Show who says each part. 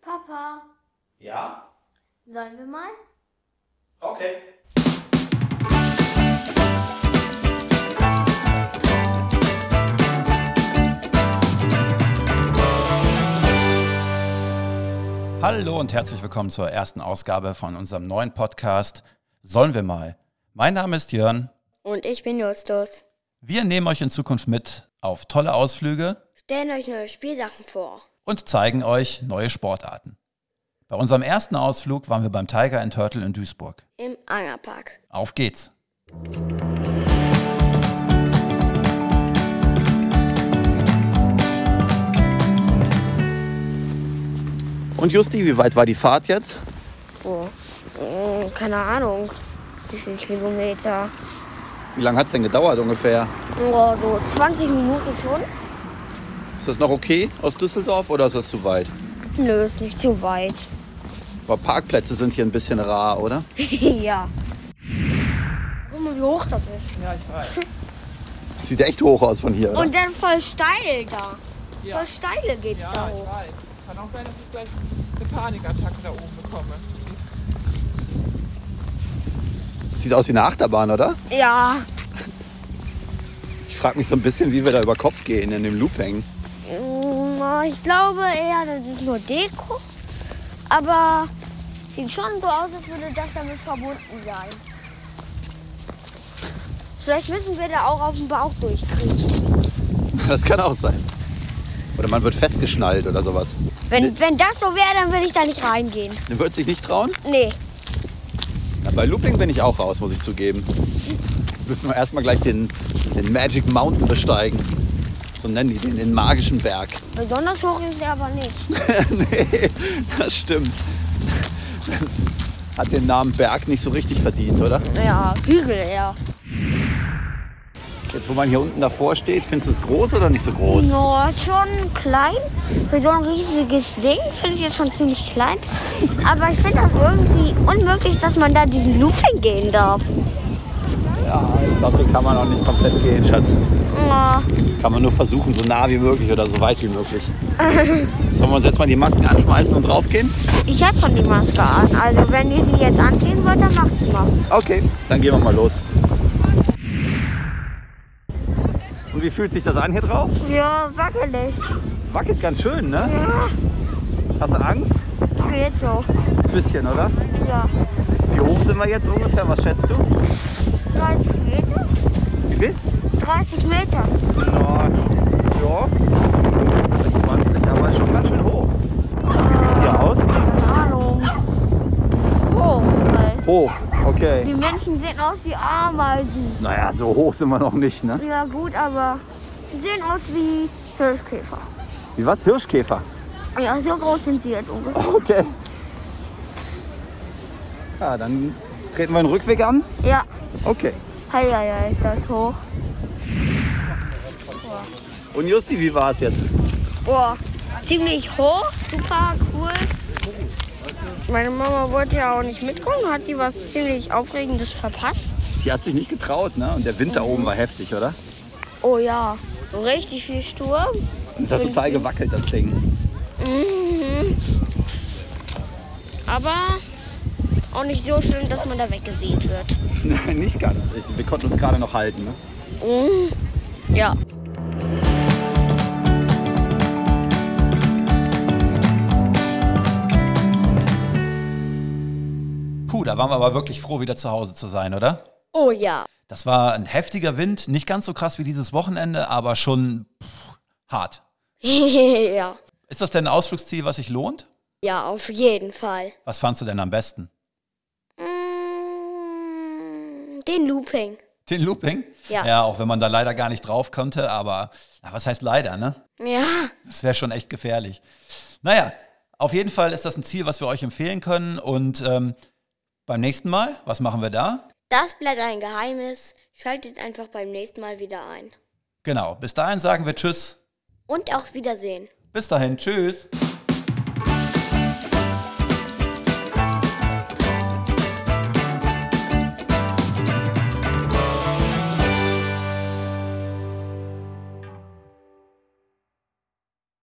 Speaker 1: Papa,
Speaker 2: Ja?
Speaker 1: sollen wir mal?
Speaker 2: Okay. Hallo und herzlich willkommen zur ersten Ausgabe von unserem neuen Podcast Sollen wir mal. Mein Name ist Jörn.
Speaker 1: Und ich bin Justus.
Speaker 2: Wir nehmen euch in Zukunft mit auf tolle Ausflüge
Speaker 1: Stellen euch neue Spielsachen vor.
Speaker 2: und zeigen euch neue Sportarten. Bei unserem ersten Ausflug waren wir beim Tiger and Turtle in Duisburg.
Speaker 1: Im Angerpark.
Speaker 2: Auf geht's!
Speaker 3: Und Justi, wie weit war die Fahrt jetzt?
Speaker 4: Oh, mm, keine Ahnung, wie viel Kilometer.
Speaker 3: Wie lange hat es denn gedauert ungefähr?
Speaker 4: Oh, so 20 Minuten schon?
Speaker 3: Ist das noch okay aus Düsseldorf oder ist das zu weit?
Speaker 4: Nö, ist nicht zu weit.
Speaker 3: Aber Parkplätze sind hier ein bisschen rar, oder?
Speaker 4: ja. Guck mal, wie hoch das ist.
Speaker 3: Sieht echt hoch aus von hier. Oder?
Speaker 4: Und dann voll steil da. Voll steil geht's da
Speaker 5: Ja, ich
Speaker 4: hoch.
Speaker 5: weiß. Kann auch sein, dass ich gleich eine Panikattacke da oben bekomme.
Speaker 3: Sieht aus wie eine Achterbahn, oder?
Speaker 4: Ja.
Speaker 3: Ich frage mich so ein bisschen, wie wir da über Kopf gehen in dem Loop hängen.
Speaker 4: Mm, oh, Ich glaube eher, das ist nur Deko. Aber sieht schon so aus, als würde das damit verbunden sein. Vielleicht müssen wir da auch auf dem Bauch durchkriechen.
Speaker 3: Das kann auch sein. Oder man wird festgeschnallt oder sowas.
Speaker 4: Wenn, wenn das so wäre, dann würde ich da nicht reingehen.
Speaker 3: Du würdest dich nicht trauen?
Speaker 4: Nee.
Speaker 3: Na, bei Looping bin ich auch raus, muss ich zugeben. Jetzt müssen wir erstmal gleich den, den Magic Mountain besteigen. So nennen die den, den magischen Berg.
Speaker 4: Besonders hoch ist er aber nicht.
Speaker 3: nee, das stimmt. Das hat den Namen Berg nicht so richtig verdient, oder?
Speaker 4: Ja, Hügel eher.
Speaker 3: Jetzt, wo man hier unten davor steht, findest du es groß oder nicht so groß?
Speaker 4: Ja, schon klein. Für so ein riesiges Ding finde ich jetzt schon ziemlich klein. Aber ich finde das irgendwie unmöglich, dass man da diesen Loop hingehen darf.
Speaker 3: Ja, ich glaube, den kann man auch nicht komplett gehen, Schatz.
Speaker 4: Ja,
Speaker 3: Kann man nur versuchen, so nah wie möglich oder so weit wie möglich. Sollen wir uns jetzt mal die Masken anschmeißen und draufgehen?
Speaker 4: ich habe schon die Maske an. Also wenn ihr sie jetzt anziehen wollt, dann macht's mal.
Speaker 3: Okay, dann gehen wir mal los. Und wie fühlt sich das an hier drauf?
Speaker 4: Ja, wackelig.
Speaker 3: Es wackelt ganz schön, ne?
Speaker 4: Ja,
Speaker 3: Hast du Angst?
Speaker 4: geht so.
Speaker 3: Ein bisschen, oder?
Speaker 4: Ja.
Speaker 3: Wie hoch sind wir jetzt ungefähr? Was schätzt du?
Speaker 4: 30 Meter?
Speaker 3: Wie viel?
Speaker 4: 30 Meter.
Speaker 3: Ja, ja. 20, aber ist schon ganz schön hoch. Wie sieht's hier aus?
Speaker 4: Ahnung. Hoch. halt.
Speaker 3: Hoch, okay.
Speaker 4: Die Menschen sehen aus wie Ameisen.
Speaker 3: Naja, so hoch sind wir noch nicht, ne?
Speaker 4: Ja gut, aber sie sehen aus wie Hirschkäfer.
Speaker 3: Wie was? Hirschkäfer.
Speaker 4: Ja, so groß sind sie jetzt ungefähr.
Speaker 3: Okay. Ja, dann treten wir den Rückweg an.
Speaker 4: Ja,
Speaker 3: Okay.
Speaker 4: hei, hei, hei, ist das hoch.
Speaker 3: Und Justi, wie war es jetzt?
Speaker 4: Boah, ziemlich hoch, super cool. Meine Mama wollte ja auch nicht mitkommen, hat sie was ziemlich Aufregendes verpasst.
Speaker 3: Die hat sich nicht getraut, ne? Und der Wind da oben war heftig, oder?
Speaker 4: Oh ja, richtig viel Sturm.
Speaker 3: Und es hat total gewackelt, das Ding.
Speaker 4: Mhm. Aber auch nicht so schlimm, dass man da weggeweht wird.
Speaker 3: Nein, nicht ganz. Ich, wir konnten uns gerade noch halten, ne?
Speaker 4: Mhm. Ja.
Speaker 2: Puh, da waren wir aber wirklich froh, wieder zu Hause zu sein, oder?
Speaker 1: Oh ja.
Speaker 2: Das war ein heftiger Wind, nicht ganz so krass wie dieses Wochenende, aber schon pff, hart.
Speaker 1: ja.
Speaker 2: Ist das denn ein Ausflugsziel, was sich lohnt?
Speaker 1: Ja, auf jeden Fall.
Speaker 2: Was fandst du denn am besten?
Speaker 1: Mm, Den Looping.
Speaker 2: Den Looping?
Speaker 1: Ja.
Speaker 2: Ja, auch wenn man da leider gar nicht drauf konnte, aber na, was heißt leider, ne?
Speaker 1: Ja.
Speaker 2: Das wäre schon echt gefährlich. Naja, auf jeden Fall ist das ein Ziel, was wir euch empfehlen können. Und ähm, beim nächsten Mal, was machen wir da?
Speaker 1: Das bleibt ein Geheimnis. Schaltet einfach beim nächsten Mal wieder ein.
Speaker 2: Genau, bis dahin sagen wir Tschüss.
Speaker 1: Und auch Wiedersehen.
Speaker 2: Bis dahin, Tschüss.